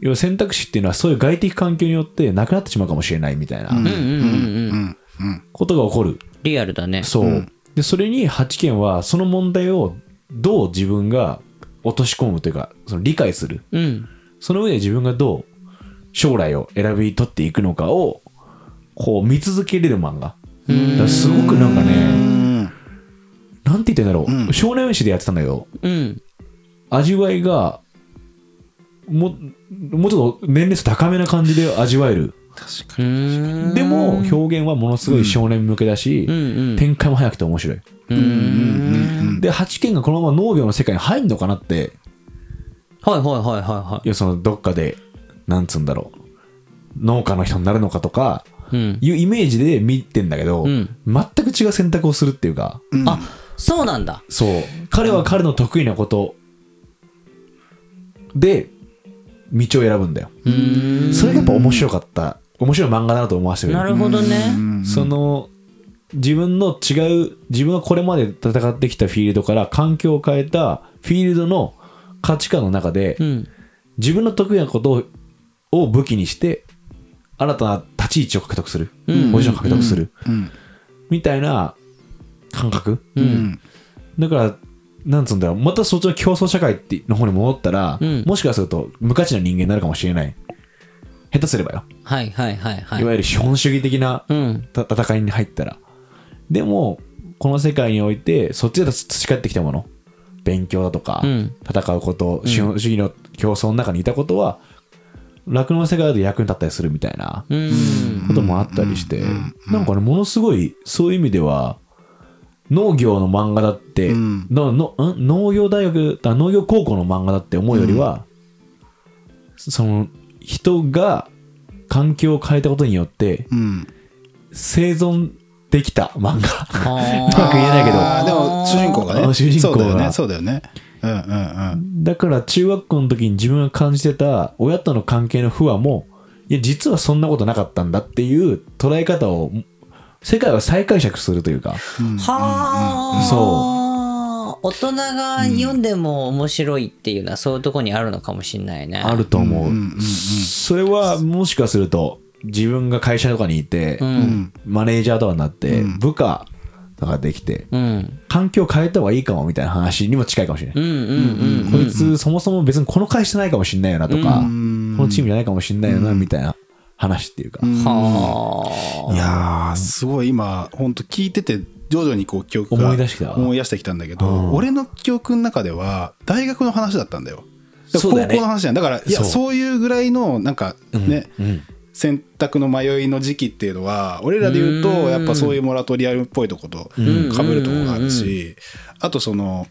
[SPEAKER 3] 要は選択肢っていうのはそういう外的環境によってなくなってしまうかもしれないみたい
[SPEAKER 2] うん
[SPEAKER 3] な
[SPEAKER 1] うんうん
[SPEAKER 2] うんうん
[SPEAKER 3] ことが起こる、
[SPEAKER 1] リアルだね
[SPEAKER 3] そう、
[SPEAKER 2] うん
[SPEAKER 3] でそれに八軒はその問題をどう自分が落とし込むというかその理解する
[SPEAKER 1] うん
[SPEAKER 3] その上で自分がどう将来を選び取っていくのかをこう見続けれる漫画だからすごくなんかね
[SPEAKER 2] うん
[SPEAKER 3] なんて言ってんだろう、
[SPEAKER 2] うん
[SPEAKER 3] 少年誌でやってたんだけど
[SPEAKER 1] うん
[SPEAKER 3] 味わいがももうちょっと年齢層高めな感じで味わえる
[SPEAKER 1] うーん
[SPEAKER 3] でも表現はものすごい少年向けだし、
[SPEAKER 1] うんうん
[SPEAKER 3] 展開も早くて面白い、
[SPEAKER 1] うーん
[SPEAKER 3] で8軒がこのまま農業の世界に入るのかなって
[SPEAKER 1] はいはいはいはいはい
[SPEAKER 3] やそのどっかでなんつうんだろう農家の人になるのかとか
[SPEAKER 1] いうん
[SPEAKER 3] いうイメージで見てんだけど、
[SPEAKER 1] うん
[SPEAKER 3] 全く違う選択をするっていうか
[SPEAKER 2] うん
[SPEAKER 1] あそうなんだ
[SPEAKER 3] そう彼は彼の得意なことで道を選ぶんだよ
[SPEAKER 1] うーん
[SPEAKER 3] それがやっぱ面白かった面白い漫画だなと思わせてく
[SPEAKER 1] な
[SPEAKER 3] れる
[SPEAKER 1] るほどね
[SPEAKER 2] うん
[SPEAKER 3] その自分の違う自分がこれまで戦ってきたフィールドから環境を変えたフィールドの価値観の中で
[SPEAKER 1] うん
[SPEAKER 3] 自分の得意なことをを武器にして新たな立ち位置を獲得する、
[SPEAKER 1] うん
[SPEAKER 3] ポジションを獲得する、
[SPEAKER 2] うん
[SPEAKER 3] みたいな感覚
[SPEAKER 1] う
[SPEAKER 2] うんん
[SPEAKER 3] だからなんつうんだろうまたそっちの競争社会っての方に戻ったら、
[SPEAKER 1] うん
[SPEAKER 3] もしかすると無価値な人間になるかもしれない下手すればよ、、
[SPEAKER 1] はいはいはいはい
[SPEAKER 3] わ
[SPEAKER 1] い
[SPEAKER 3] ゆる資本主義的な
[SPEAKER 1] うん
[SPEAKER 3] た戦いに入ったらでもこの世界においてそっちで培ってきたもの勉強だとか、
[SPEAKER 1] うん
[SPEAKER 3] 戦うこと資本主義の競争の中にいたことは酪農、世界で役に立ったりするみたいな
[SPEAKER 1] うん
[SPEAKER 3] こともあったりして、なんかねものすごいそういう意味では農業の漫画だって、
[SPEAKER 2] うん
[SPEAKER 3] ののん農業大学あ農業高校の漫画だって思うよりは、その人が環境を変えたことによって
[SPEAKER 2] うん
[SPEAKER 3] 生存できた漫画
[SPEAKER 1] あ
[SPEAKER 3] うまく言えないけど
[SPEAKER 2] あーでも主人公が
[SPEAKER 3] あー
[SPEAKER 2] ね
[SPEAKER 3] 主人公が
[SPEAKER 2] そうだよねそうだよねうん
[SPEAKER 3] だから中学校の時に自分が感じてた親との関係の不和もいや実はそんなことなかったんだっていう捉え方を世界は再解釈するというか
[SPEAKER 2] うんうん
[SPEAKER 1] はあ
[SPEAKER 3] そ
[SPEAKER 1] 大人が読んでも面白いっていうのはそういうとこにあるのかもしれないね
[SPEAKER 3] あると思う,、
[SPEAKER 2] うんうんうんうん
[SPEAKER 3] それはもしかすると自分が会社とかにいて、
[SPEAKER 1] う
[SPEAKER 2] うんん
[SPEAKER 3] マネージャーとかになって、
[SPEAKER 2] うん
[SPEAKER 3] 部下とかできて
[SPEAKER 1] うん
[SPEAKER 3] 環境変えた方がいいかもみたいな話にも近いかもしれな
[SPEAKER 1] う
[SPEAKER 3] い、
[SPEAKER 1] んうん
[SPEAKER 3] こいつそもそも別にこの会社じゃないかもしれないよなとか、
[SPEAKER 2] うん
[SPEAKER 3] このチームじゃないかもしれないよなみたいな話っていうか、
[SPEAKER 1] うん
[SPEAKER 2] ん
[SPEAKER 1] はいあ
[SPEAKER 2] やーすごい今本当聞いてて徐々にこう記憶が
[SPEAKER 3] 思い出してきた
[SPEAKER 2] 思い出してきたんだけど、
[SPEAKER 3] うん
[SPEAKER 2] 俺の記憶の中では大学の話だったんだよだか
[SPEAKER 3] そ
[SPEAKER 2] ら
[SPEAKER 3] う
[SPEAKER 2] 高
[SPEAKER 3] だよね
[SPEAKER 2] 校の話じゃんだからいや
[SPEAKER 3] そう
[SPEAKER 2] そういうぐらいのなんか
[SPEAKER 3] うん
[SPEAKER 2] ね、
[SPEAKER 3] うん
[SPEAKER 2] 選択の迷いの時期っていうのは俺らで言うと
[SPEAKER 1] うん
[SPEAKER 2] やっぱそういうモラトリアルっぽいとこと
[SPEAKER 1] ん
[SPEAKER 2] かぶるとこがあるしあとその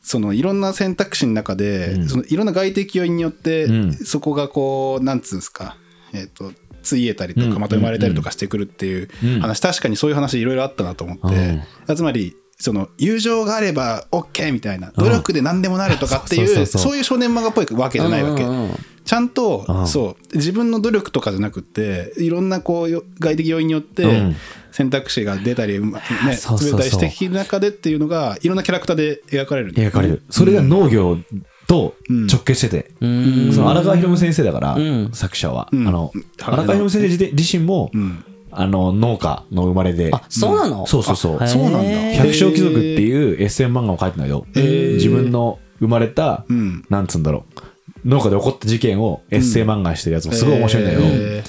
[SPEAKER 2] そのいろんな選択肢の中で、
[SPEAKER 3] うん
[SPEAKER 2] そのいろんな外的要因によって、
[SPEAKER 3] うん
[SPEAKER 2] そこがこうなんつうんですかえっ、とついえたりと
[SPEAKER 3] うん
[SPEAKER 2] かまとめられたりとかしてくるっていう
[SPEAKER 3] うん
[SPEAKER 2] 話、確かにそういう話いろいろあったなと思って、つまりその友情があれば OK みたいな努力で何でもなるとかってい
[SPEAKER 3] そ
[SPEAKER 2] う
[SPEAKER 3] うそうそうそう
[SPEAKER 2] そういう少年漫画っぽいわけじゃないわけ。
[SPEAKER 1] うんうんうん
[SPEAKER 2] ちゃんと、
[SPEAKER 3] うん
[SPEAKER 2] そう自分の努力とかじゃなくていろんなこうよ外的要因によっ
[SPEAKER 3] う
[SPEAKER 2] て
[SPEAKER 3] ん
[SPEAKER 2] 選択肢が出たり、うまね、
[SPEAKER 3] そうそうそ
[SPEAKER 2] 潰れ
[SPEAKER 3] う
[SPEAKER 2] たりしてきた中でっていうのがいろんなキャラクターで描かれるんだよ
[SPEAKER 3] 描かれるそれが農業と直結してて、
[SPEAKER 1] うん
[SPEAKER 3] その荒川博夢先生だから、
[SPEAKER 1] うん
[SPEAKER 3] 作者は、
[SPEAKER 2] うん
[SPEAKER 3] あの
[SPEAKER 2] うん
[SPEAKER 3] 荒川博夢先生自自身も、
[SPEAKER 2] うん
[SPEAKER 3] あの農家の生まれで
[SPEAKER 1] あそうなの
[SPEAKER 3] そうそうそう
[SPEAKER 1] あ
[SPEAKER 2] そうなんだ
[SPEAKER 1] へー
[SPEAKER 3] 百姓貴族っていう SM 漫画を書いてないよ、
[SPEAKER 2] へー
[SPEAKER 3] 自分の生まれた、
[SPEAKER 2] うん
[SPEAKER 3] なんつうんだろう農家で起こった事件をエッセイ漫画にしてるやつもすごい面白いんだけど、
[SPEAKER 2] え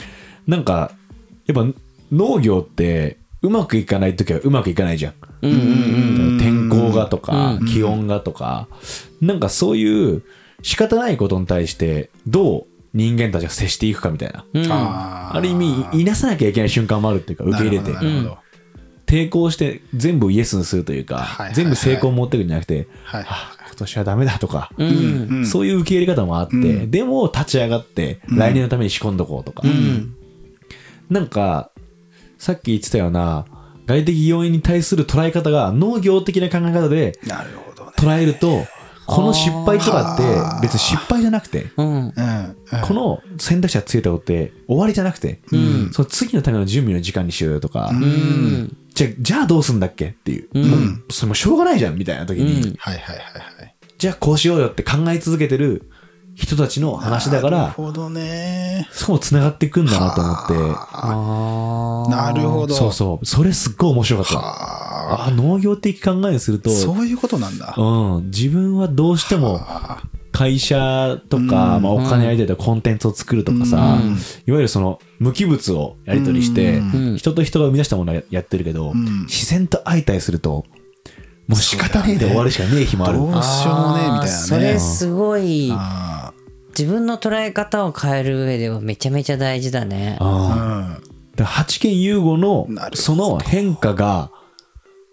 [SPEAKER 3] なんかやっぱ農業ってうまくいかない時はうまくいかないじゃん、
[SPEAKER 1] うんうんうん
[SPEAKER 3] 天候がと
[SPEAKER 1] う
[SPEAKER 3] か、
[SPEAKER 1] ん
[SPEAKER 3] 気温がとかなんかそういう仕方ないことに対してどう人間たちが接していくかみたいな、
[SPEAKER 1] うん
[SPEAKER 2] ーあー
[SPEAKER 3] ある意味いなさなきゃいけない瞬間もあるっていうか受け入れて
[SPEAKER 2] なるほどなるほど
[SPEAKER 3] 抵抗して全部イエスにするというか、
[SPEAKER 2] はいはいはい
[SPEAKER 3] 全部成功を持ってくんじゃなくて、
[SPEAKER 2] はい
[SPEAKER 3] あ今年はダメだとか、
[SPEAKER 1] うんうん
[SPEAKER 2] うん
[SPEAKER 3] そういう受け入れ方もあって、
[SPEAKER 2] うん
[SPEAKER 3] でも立ち上がって来年のために仕込んどこうとか、
[SPEAKER 1] うん
[SPEAKER 3] なんかさっき言ってたような外的要因に対する捉え方が農業的な考え方で
[SPEAKER 2] なるほどね。
[SPEAKER 3] 捉えるとこの失敗とかって別に失敗じゃなくて
[SPEAKER 1] うん
[SPEAKER 2] うん。
[SPEAKER 3] この選択肢がついたことって終わりじゃなくて、
[SPEAKER 1] うん
[SPEAKER 3] その次のための準備の時間にしようよとか、
[SPEAKER 2] うん
[SPEAKER 1] うん
[SPEAKER 3] じゃあじゃあどうすんだっけっていう、
[SPEAKER 1] う
[SPEAKER 2] うんん。
[SPEAKER 3] それもうしょうがないじゃんみたいな時に、
[SPEAKER 1] うん
[SPEAKER 2] はいはいはいはい。
[SPEAKER 3] じゃあこうしようよって考え続けてる人たちの話だか
[SPEAKER 2] なる
[SPEAKER 3] ら
[SPEAKER 2] ほどね。
[SPEAKER 3] そこもつながっていくんだなと思って
[SPEAKER 1] あ
[SPEAKER 2] はあなるほど。
[SPEAKER 3] そうそうそれすっごい面白かった
[SPEAKER 2] はあ
[SPEAKER 3] あ農業的考えにすると
[SPEAKER 2] そういうことなんだ。
[SPEAKER 3] うん、自分はどうしても
[SPEAKER 2] あ
[SPEAKER 3] 会社とか、
[SPEAKER 2] うん
[SPEAKER 3] まあ、お金やりたいとかコンテンツを作るとかさ、
[SPEAKER 1] うん
[SPEAKER 3] いわゆるその無機物をやり取りして、
[SPEAKER 2] うん
[SPEAKER 1] うん
[SPEAKER 3] 人と人が生み出したものをやってるけど、
[SPEAKER 2] うん
[SPEAKER 3] 自然と相対するともう仕方ねえで終わるしかねえ日もある、
[SPEAKER 2] どうしようもねえみたいな
[SPEAKER 1] あ
[SPEAKER 2] ね
[SPEAKER 1] ーそれすごい
[SPEAKER 2] あ
[SPEAKER 1] 自分の捉え方を変える上ではめちゃめちゃ大事だね
[SPEAKER 3] うんだか
[SPEAKER 2] あ。
[SPEAKER 3] ら八犬優吾の
[SPEAKER 2] なるほど
[SPEAKER 3] その変化が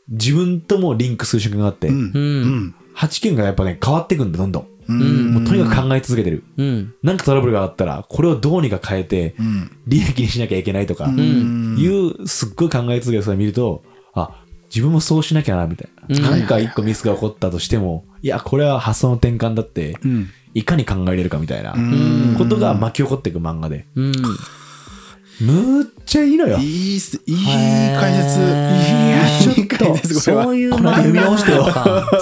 [SPEAKER 3] 自分ともリンクする瞬間があって、
[SPEAKER 2] うん。うん。
[SPEAKER 3] 八犬がやっぱね変わっていくんだどんどん、
[SPEAKER 2] うん
[SPEAKER 3] もうとにかく考え続けてる
[SPEAKER 1] うん
[SPEAKER 3] なんかトラブルがあったらこれをどうにか変えて
[SPEAKER 2] うん。
[SPEAKER 3] 利益にしなきゃいけないとか、
[SPEAKER 2] うん
[SPEAKER 3] いうすっごい考え続けてそれ見るとあ自分もそうしなきゃなみたいな、
[SPEAKER 1] うん
[SPEAKER 3] なんか一個ミスが起こったとしてもいやこれは発想の転換だって
[SPEAKER 2] うん。
[SPEAKER 3] いかに考えれるかみたいな
[SPEAKER 2] うん
[SPEAKER 3] ことが巻き起こっていく漫画で
[SPEAKER 1] うん
[SPEAKER 3] むっちゃいいのよ
[SPEAKER 2] いいっす、いい解説。
[SPEAKER 1] へー
[SPEAKER 2] いい解説、これは。
[SPEAKER 1] そういう
[SPEAKER 3] この読み直してよ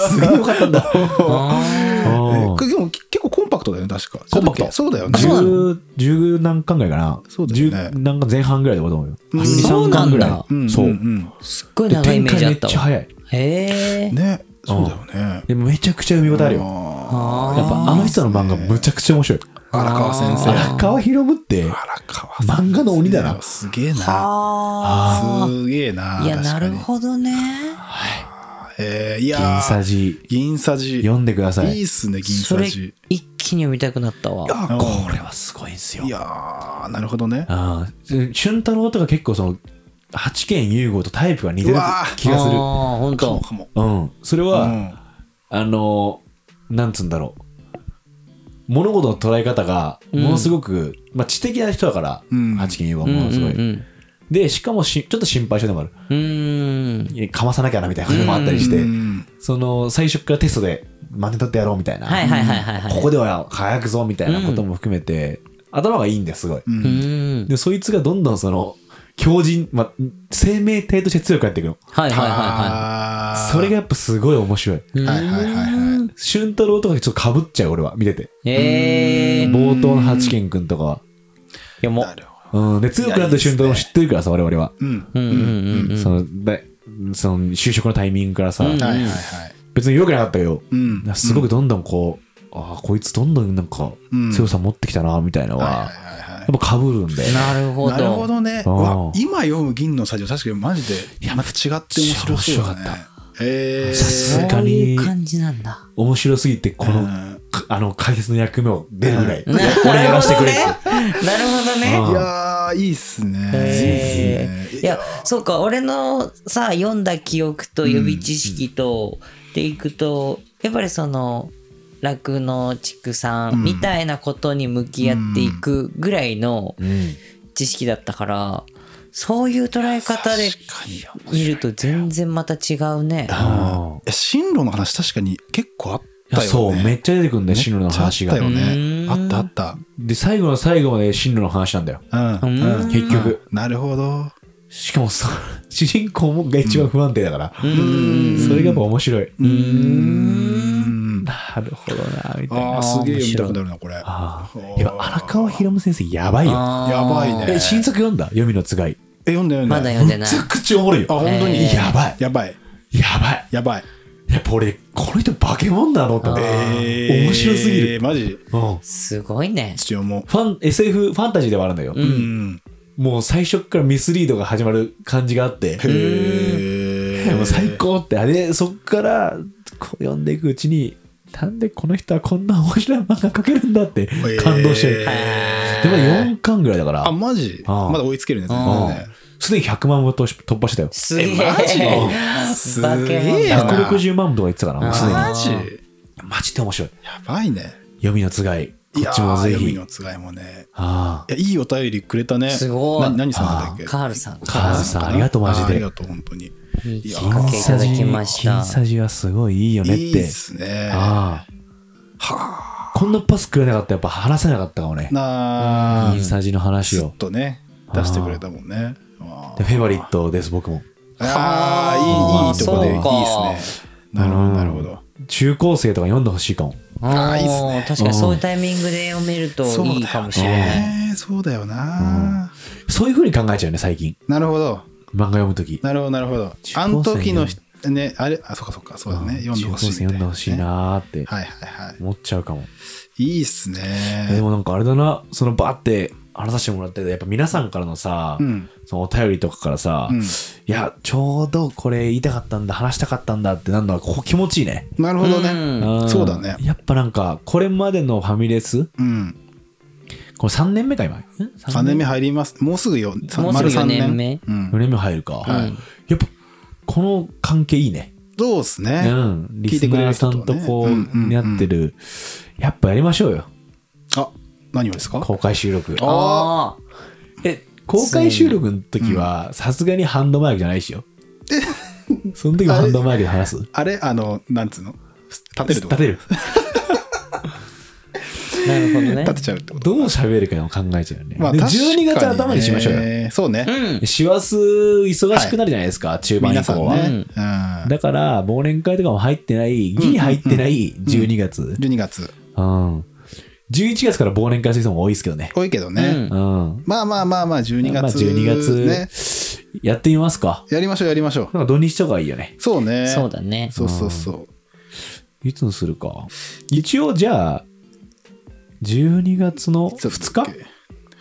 [SPEAKER 3] すげえよかったんだ
[SPEAKER 1] あ
[SPEAKER 3] うん
[SPEAKER 2] えでも結構コンパクトだよね、確か。
[SPEAKER 3] コンパクト
[SPEAKER 2] そうだよね。
[SPEAKER 1] あそうなの
[SPEAKER 3] 10 10何巻ぐらいかな
[SPEAKER 2] そうだよね
[SPEAKER 3] 10何巻前半ぐらいで終わると
[SPEAKER 2] うん
[SPEAKER 3] 思うよ
[SPEAKER 1] そうな
[SPEAKER 3] 12
[SPEAKER 1] んだ
[SPEAKER 3] 巻ぐら
[SPEAKER 2] うん
[SPEAKER 3] いそううん
[SPEAKER 1] ーすっごい
[SPEAKER 3] で
[SPEAKER 1] 長いイ
[SPEAKER 3] 展
[SPEAKER 1] メージ
[SPEAKER 3] 開
[SPEAKER 1] あ
[SPEAKER 3] め
[SPEAKER 1] っ
[SPEAKER 3] ったちゃ
[SPEAKER 1] わ
[SPEAKER 3] 早い
[SPEAKER 1] へえ
[SPEAKER 2] うんね、そうだよね。
[SPEAKER 3] でもめちゃくちゃ読み応えあるよ
[SPEAKER 2] あ
[SPEAKER 1] あ
[SPEAKER 3] やっぱあの人の漫画むちゃくちゃ面白い
[SPEAKER 2] ー荒川先生。
[SPEAKER 3] 荒川博夢って
[SPEAKER 2] 荒川先
[SPEAKER 3] 漫画の鬼だな
[SPEAKER 2] 生。すげえな。
[SPEAKER 1] あ
[SPEAKER 2] すげえな。
[SPEAKER 1] あいや
[SPEAKER 2] 確か
[SPEAKER 1] な
[SPEAKER 2] に
[SPEAKER 1] るほどね
[SPEAKER 2] えーいやー
[SPEAKER 3] 銀さじ
[SPEAKER 2] 銀さじ。
[SPEAKER 3] 読んでください
[SPEAKER 2] いいっすね、銀
[SPEAKER 1] そ
[SPEAKER 2] さ
[SPEAKER 1] れ
[SPEAKER 2] じ。
[SPEAKER 1] 一気に読みたくなったわ
[SPEAKER 2] あこ
[SPEAKER 3] これはすごいんすよ
[SPEAKER 2] いやー、なるほどね。
[SPEAKER 3] あー俊太郎とか結構その八軒優吾とタイプが似てる
[SPEAKER 2] うわー
[SPEAKER 3] 気がする
[SPEAKER 1] ああ本
[SPEAKER 2] かも
[SPEAKER 1] 当
[SPEAKER 2] かも。
[SPEAKER 3] うんそれ
[SPEAKER 2] う
[SPEAKER 3] は
[SPEAKER 2] ん
[SPEAKER 3] あのーなんつうんだろう物事の捉え方が
[SPEAKER 1] うん
[SPEAKER 3] ものすごくまあ知的な人だから
[SPEAKER 2] うん
[SPEAKER 3] 八軒優吾は
[SPEAKER 1] うん
[SPEAKER 3] ものすご
[SPEAKER 1] うんう
[SPEAKER 3] い
[SPEAKER 1] ん
[SPEAKER 3] でしかもしちょっと心配性でもある
[SPEAKER 1] うーん
[SPEAKER 3] いやかまさなきゃなみたいなこともあったりして
[SPEAKER 2] うん
[SPEAKER 3] その最初からテストで真似取ってやろうみたいな
[SPEAKER 1] はいはいはいはいはい
[SPEAKER 3] ここでは輝くぞみたいなことも含めて、頭がいいんですごい。
[SPEAKER 2] う
[SPEAKER 1] うんーん
[SPEAKER 3] で、そいつがどんどんその、強靭、ま、生命体として強くなっていくの。
[SPEAKER 1] はいはいは
[SPEAKER 2] あー
[SPEAKER 3] それがやっぱすごい面白い。
[SPEAKER 1] いはい
[SPEAKER 2] はいはいはいは
[SPEAKER 1] うーん
[SPEAKER 3] 俊太郎とかちょっと被っちゃう俺は、見てて。
[SPEAKER 1] ええい
[SPEAKER 3] 冒頭の八軒くんとかは。
[SPEAKER 1] やも
[SPEAKER 2] なるほ
[SPEAKER 3] うん、で、強くなった俊太郎知ってるからさ、我々は。
[SPEAKER 2] ど。うん。
[SPEAKER 1] ううんうんうんうん
[SPEAKER 3] その、だその就職のタイミングからさ、
[SPEAKER 1] うん
[SPEAKER 2] はいはいはい。
[SPEAKER 3] 別に良くなかったけど、
[SPEAKER 2] うん
[SPEAKER 3] すごくどんどんこう、ああ、こいつどんどんなんか
[SPEAKER 2] うん
[SPEAKER 3] 強さ持ってきたな、みたいなの
[SPEAKER 2] はい
[SPEAKER 3] は、
[SPEAKER 2] はいはいはい
[SPEAKER 3] やっぱ被るんで。
[SPEAKER 1] なるほど
[SPEAKER 2] なるほどね。
[SPEAKER 3] うん
[SPEAKER 2] わ今読む銀の作業、確かにマジで、また違って面白そうだ
[SPEAKER 3] 面白か
[SPEAKER 2] ね。え
[SPEAKER 3] さす
[SPEAKER 2] ー
[SPEAKER 3] が
[SPEAKER 1] そういう感じなんだ
[SPEAKER 3] 面白すぎて、こ
[SPEAKER 2] う
[SPEAKER 3] の
[SPEAKER 2] ん
[SPEAKER 3] かあの解説の役目を出るぐらい、
[SPEAKER 1] なるほど
[SPEAKER 3] 俺やらせてくれっ
[SPEAKER 1] ね
[SPEAKER 3] て。
[SPEAKER 1] なるほどね
[SPEAKER 2] いやー、いいっす
[SPEAKER 1] え
[SPEAKER 2] ね。いいっすね
[SPEAKER 1] いや、そうか、俺のさ、読んだ記憶と予備知識と、でいくと、やっぱりその、酪農畜
[SPEAKER 2] うん
[SPEAKER 1] 産みたいなことに向き合っていくぐらいの
[SPEAKER 3] うん
[SPEAKER 1] 知識だったから、そういう捉え方で
[SPEAKER 2] 確かにいや
[SPEAKER 1] 見ると全然また違うね。
[SPEAKER 3] あ
[SPEAKER 2] 進路の話、確かに結構あっ
[SPEAKER 3] ー
[SPEAKER 2] た
[SPEAKER 3] いや
[SPEAKER 2] よね。
[SPEAKER 3] そう、めっちゃ出てくるんだよ、進路の話
[SPEAKER 2] あ
[SPEAKER 3] が
[SPEAKER 2] った。よね。
[SPEAKER 1] うん
[SPEAKER 2] あったあった。
[SPEAKER 3] で、最後の最後まで進路の話なんだよ。
[SPEAKER 2] うん
[SPEAKER 1] うん
[SPEAKER 2] うん
[SPEAKER 3] 結局。
[SPEAKER 2] なるほど。
[SPEAKER 3] しかも そ、主人公もが一番不安定だから、
[SPEAKER 1] うん
[SPEAKER 3] それがやっぱ面白い。
[SPEAKER 2] うーん。
[SPEAKER 3] なるほどな、みたいな。
[SPEAKER 2] ああ、
[SPEAKER 1] ー
[SPEAKER 2] すげえ
[SPEAKER 1] 面白い
[SPEAKER 2] 読みたくなるな、これ。や
[SPEAKER 3] あーやっぱ荒川博夢先生、やばいよ。
[SPEAKER 1] あー
[SPEAKER 2] ばいね。
[SPEAKER 3] え、新作読んだ読みのつがい。
[SPEAKER 2] え、読んだよね。
[SPEAKER 1] まだ読んで
[SPEAKER 3] め
[SPEAKER 1] ない
[SPEAKER 3] ち。ゃくちゃおもろいよ。
[SPEAKER 2] あ、本当に。
[SPEAKER 1] えー
[SPEAKER 3] やばい。
[SPEAKER 2] やばい。
[SPEAKER 3] やばい。
[SPEAKER 2] やばい。
[SPEAKER 3] やっぱ俺、この人化け物なのって思って。
[SPEAKER 1] あ
[SPEAKER 2] えー
[SPEAKER 3] 面白すぎる。
[SPEAKER 2] マジ
[SPEAKER 3] うん
[SPEAKER 1] すごいね。
[SPEAKER 2] 父親も。
[SPEAKER 3] ファン、SF ファンタジーではあるんだよ。
[SPEAKER 1] う
[SPEAKER 2] うんん。
[SPEAKER 3] もう最初からミスリードが始まる感じがあって、
[SPEAKER 2] へえ。
[SPEAKER 3] もう最。高って、あれ、そっからこう読んでいくうちに、なんでこの人はこんな面白い漫画描けるんだって感動してる。
[SPEAKER 2] へ
[SPEAKER 3] で
[SPEAKER 2] ー
[SPEAKER 3] も4巻ぐらいだから
[SPEAKER 2] あ、、マジ
[SPEAKER 3] あー
[SPEAKER 2] まだ追いつけるね。全
[SPEAKER 3] う
[SPEAKER 2] 然
[SPEAKER 3] ん
[SPEAKER 2] ね
[SPEAKER 3] すでに100万部突突破してたよ。
[SPEAKER 1] すげえ。
[SPEAKER 2] マジ
[SPEAKER 1] すげえ
[SPEAKER 2] すげえな
[SPEAKER 1] な。
[SPEAKER 3] 160万部とか言ってたか
[SPEAKER 1] あ
[SPEAKER 3] な、
[SPEAKER 1] ー
[SPEAKER 3] すでに。
[SPEAKER 2] マジ
[SPEAKER 3] マジで面白い。
[SPEAKER 2] やばいね。
[SPEAKER 3] 読みのつがい。
[SPEAKER 2] い
[SPEAKER 3] こ
[SPEAKER 2] や
[SPEAKER 3] っちも
[SPEAKER 2] ー
[SPEAKER 3] ぜ
[SPEAKER 2] 闇
[SPEAKER 3] ひ。
[SPEAKER 2] のつがいもね
[SPEAKER 3] あ
[SPEAKER 2] いやいいお便りくれたね
[SPEAKER 1] すごい
[SPEAKER 2] な何さんだったっけ
[SPEAKER 1] カールさん
[SPEAKER 3] カールさんありがとうマジで
[SPEAKER 2] あーありがとう本当に
[SPEAKER 1] いいきっ
[SPEAKER 3] あ。
[SPEAKER 1] かけいただきました
[SPEAKER 3] 金サジはすごいいいよねって。
[SPEAKER 2] いいっすね
[SPEAKER 3] ああ。こんなパス食えなかったらやっぱ話せなかったかもね。
[SPEAKER 2] なあ
[SPEAKER 3] 金サジの話
[SPEAKER 2] ずっ
[SPEAKER 3] を。
[SPEAKER 2] とね出してくれたもんねあ
[SPEAKER 3] で
[SPEAKER 2] ー
[SPEAKER 3] フェイバリットです、僕も。
[SPEAKER 2] あ
[SPEAKER 1] はあ
[SPEAKER 2] ーいいいいとこでい
[SPEAKER 1] そ
[SPEAKER 2] い
[SPEAKER 1] うか
[SPEAKER 2] っすねなるほどなるほど
[SPEAKER 3] 中高生とか読んでほしいかも。
[SPEAKER 2] あーいいっすね
[SPEAKER 1] おー確かにそういうタイミングで読めるといいかもしれない
[SPEAKER 2] いそうだよな
[SPEAKER 3] そういうふうに考えちゃうね、最近。
[SPEAKER 2] なるほど
[SPEAKER 3] 漫画読むとき。
[SPEAKER 2] なるほどなるほど
[SPEAKER 3] 中高生
[SPEAKER 2] あの時のひねあれあそっかそっかそうだね読んでほしい
[SPEAKER 3] 中高生
[SPEAKER 2] みたい
[SPEAKER 3] 読んでほしい
[SPEAKER 2] ね
[SPEAKER 3] なーって
[SPEAKER 2] はいはいは
[SPEAKER 3] 思っちゃうかも。
[SPEAKER 2] いいいっす
[SPEAKER 3] で
[SPEAKER 2] ね
[SPEAKER 3] もなんかあれだな、そのバーって話させてもらってて、やっぱ皆さんからのさ、
[SPEAKER 2] うん
[SPEAKER 3] そのお便りとかからさ、
[SPEAKER 2] うん
[SPEAKER 3] いや、ちょうどこれ言いたかったんだ、話したかったんだってなるのは、ここ気持ちいいね。
[SPEAKER 2] なるほどね
[SPEAKER 1] うん
[SPEAKER 3] ん
[SPEAKER 2] そうだね
[SPEAKER 3] やっぱなんか、これまでのファミレス、
[SPEAKER 2] うん
[SPEAKER 3] これ3年目か今。ん
[SPEAKER 2] 3年目入りますもうすぐよさ
[SPEAKER 1] もうすぐ
[SPEAKER 2] 丸3
[SPEAKER 1] 4年
[SPEAKER 2] 年
[SPEAKER 1] 目
[SPEAKER 2] うん
[SPEAKER 3] 4年目入るか。
[SPEAKER 2] はい
[SPEAKER 1] うん
[SPEAKER 3] やっぱ、この関係いいね。
[SPEAKER 2] どうっすね
[SPEAKER 3] うん。
[SPEAKER 2] 聞
[SPEAKER 3] リ
[SPEAKER 2] い
[SPEAKER 3] ス
[SPEAKER 2] てくれ
[SPEAKER 3] ナ
[SPEAKER 2] る
[SPEAKER 3] ーさ
[SPEAKER 2] 人と
[SPEAKER 3] ん
[SPEAKER 2] ね
[SPEAKER 3] とこ
[SPEAKER 2] うんうんう
[SPEAKER 3] う、
[SPEAKER 2] ん
[SPEAKER 3] になってる。やっぱやりましょうよ。
[SPEAKER 2] あ何をですか
[SPEAKER 3] 公開収録。
[SPEAKER 1] あ
[SPEAKER 3] え、公開収録の時は、さすがにハンドマイクじゃないですよ。その時はハンドマイクで話す。
[SPEAKER 2] あれあのなんつうの立てるってこと
[SPEAKER 3] 立てる。
[SPEAKER 1] あなるほどね
[SPEAKER 2] 立てちゃうってこと
[SPEAKER 3] どう喋るかを考えちゃうよね。
[SPEAKER 2] まあ
[SPEAKER 3] で
[SPEAKER 2] 確かにね
[SPEAKER 3] 12月頭にしましょうよ。
[SPEAKER 2] そうね
[SPEAKER 1] うん
[SPEAKER 3] 師走忙しくなるじゃないですか、中盤以
[SPEAKER 2] 皆さん
[SPEAKER 3] 降は。
[SPEAKER 2] ねうん
[SPEAKER 3] だから、忘年会とかも入ってない、ギリ入ってない12月。うん
[SPEAKER 2] 12月
[SPEAKER 3] 11月から忘年会する人も多いですけどね。
[SPEAKER 2] 多いけどね
[SPEAKER 3] うん。
[SPEAKER 2] まあまあまあまあ12
[SPEAKER 3] まあ
[SPEAKER 2] 月
[SPEAKER 3] 12月
[SPEAKER 2] ね
[SPEAKER 3] やってみますか。
[SPEAKER 2] やりましょうやりましょう
[SPEAKER 3] なんか土日とかいいよね。
[SPEAKER 2] そうね
[SPEAKER 1] そうだね
[SPEAKER 2] そうそうそう
[SPEAKER 3] いつにするか。一応、じゃあ、12月の
[SPEAKER 2] いつだっ
[SPEAKER 3] 2
[SPEAKER 2] たっ
[SPEAKER 3] 日
[SPEAKER 2] け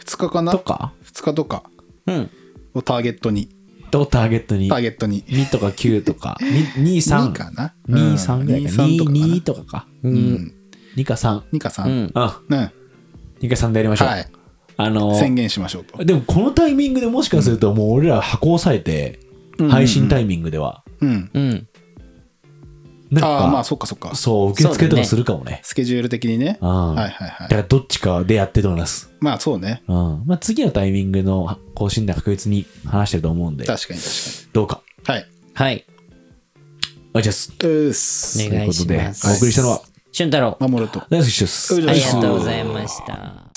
[SPEAKER 2] 2日かな
[SPEAKER 3] と
[SPEAKER 2] 2
[SPEAKER 3] か
[SPEAKER 2] 日とか
[SPEAKER 1] うん
[SPEAKER 2] をターゲットに
[SPEAKER 3] とターゲットに
[SPEAKER 2] ターゲットに
[SPEAKER 3] 2とか9とか2、
[SPEAKER 2] 2
[SPEAKER 3] 3
[SPEAKER 2] かな
[SPEAKER 3] 2、3ぐらいか。
[SPEAKER 2] 2
[SPEAKER 3] 2、2
[SPEAKER 2] 3
[SPEAKER 3] とかか。
[SPEAKER 1] うん
[SPEAKER 3] 2か3。
[SPEAKER 2] 2か3
[SPEAKER 1] う
[SPEAKER 2] うん
[SPEAKER 1] ん
[SPEAKER 3] うん。2か3でやりましょう。
[SPEAKER 2] はい
[SPEAKER 3] あのー
[SPEAKER 2] 宣言しましょうと
[SPEAKER 3] でもこのタイミングでもしかするともう俺ら箱押さえて、配信タイミングでは。
[SPEAKER 2] うん
[SPEAKER 1] うん
[SPEAKER 3] なん
[SPEAKER 2] あ
[SPEAKER 3] か、
[SPEAKER 2] あまあそっかそっか
[SPEAKER 3] そう、受付とかするかもね。
[SPEAKER 2] スケジュール的にね
[SPEAKER 3] う
[SPEAKER 2] は
[SPEAKER 3] ん。
[SPEAKER 2] いはいは
[SPEAKER 3] だ
[SPEAKER 2] い
[SPEAKER 3] からどっちかでやってると思います。
[SPEAKER 2] まあそうね
[SPEAKER 3] うん。まあ次のタイミングの更新では確実に話してると思うんで、
[SPEAKER 2] 確かに確か
[SPEAKER 3] どうか。
[SPEAKER 2] にはい
[SPEAKER 1] はい
[SPEAKER 3] あ、じゃあ、
[SPEAKER 2] うっ
[SPEAKER 1] お
[SPEAKER 2] す
[SPEAKER 1] 願いし
[SPEAKER 3] という
[SPEAKER 1] ま
[SPEAKER 3] ことで、お
[SPEAKER 1] す
[SPEAKER 3] 送りしたのは、
[SPEAKER 1] 俊太郎あ
[SPEAKER 2] 守ると
[SPEAKER 3] 大好きです。
[SPEAKER 2] あ
[SPEAKER 1] りがとうございました